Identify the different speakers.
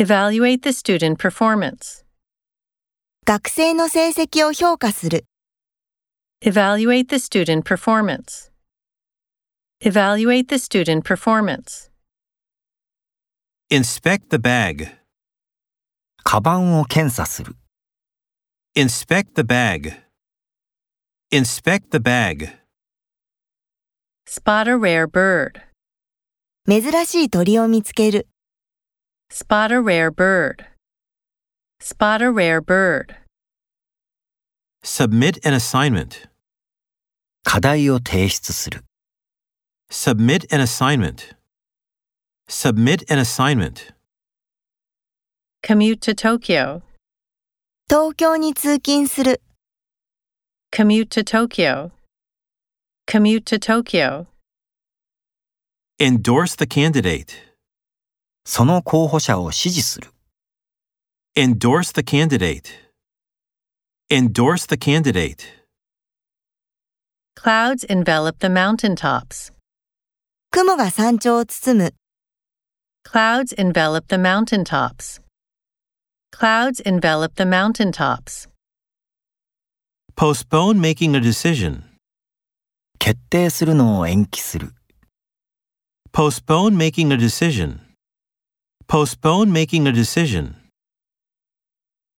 Speaker 1: Evaluate the student performance.
Speaker 2: 学生の成績を評価する。
Speaker 1: Evaluate the student performance. Evaluate the student performance.
Speaker 3: Inspect the bag.
Speaker 4: カバンを検査する。
Speaker 3: Inspect the bag. Inspect the bag.
Speaker 1: Spot a rare bird.
Speaker 2: 珍しい鳥を見つける。
Speaker 1: Spot a rare bird. Spot a rare bird.
Speaker 3: Submit an assignment.
Speaker 4: 課題を提出する。
Speaker 3: Submit an assignment. Submit an assignment.
Speaker 1: Commute to Tokyo.
Speaker 2: 東京に通勤する。
Speaker 1: Commute to Tokyo. Commute to Tokyo.
Speaker 3: Endorse the candidate.
Speaker 4: その候補者を支持する。
Speaker 3: Endorse the candidate. Endorse the candidate.
Speaker 1: Clouds envelop the mountaintops.
Speaker 2: 雲が山頂を包む。
Speaker 1: Clouds envelop the mountaintops. Clouds envelop the mountaintops.
Speaker 3: Postpone making a decision.
Speaker 4: 決定するのを延期する。
Speaker 3: Postpone making a decision. Postpone making a decision.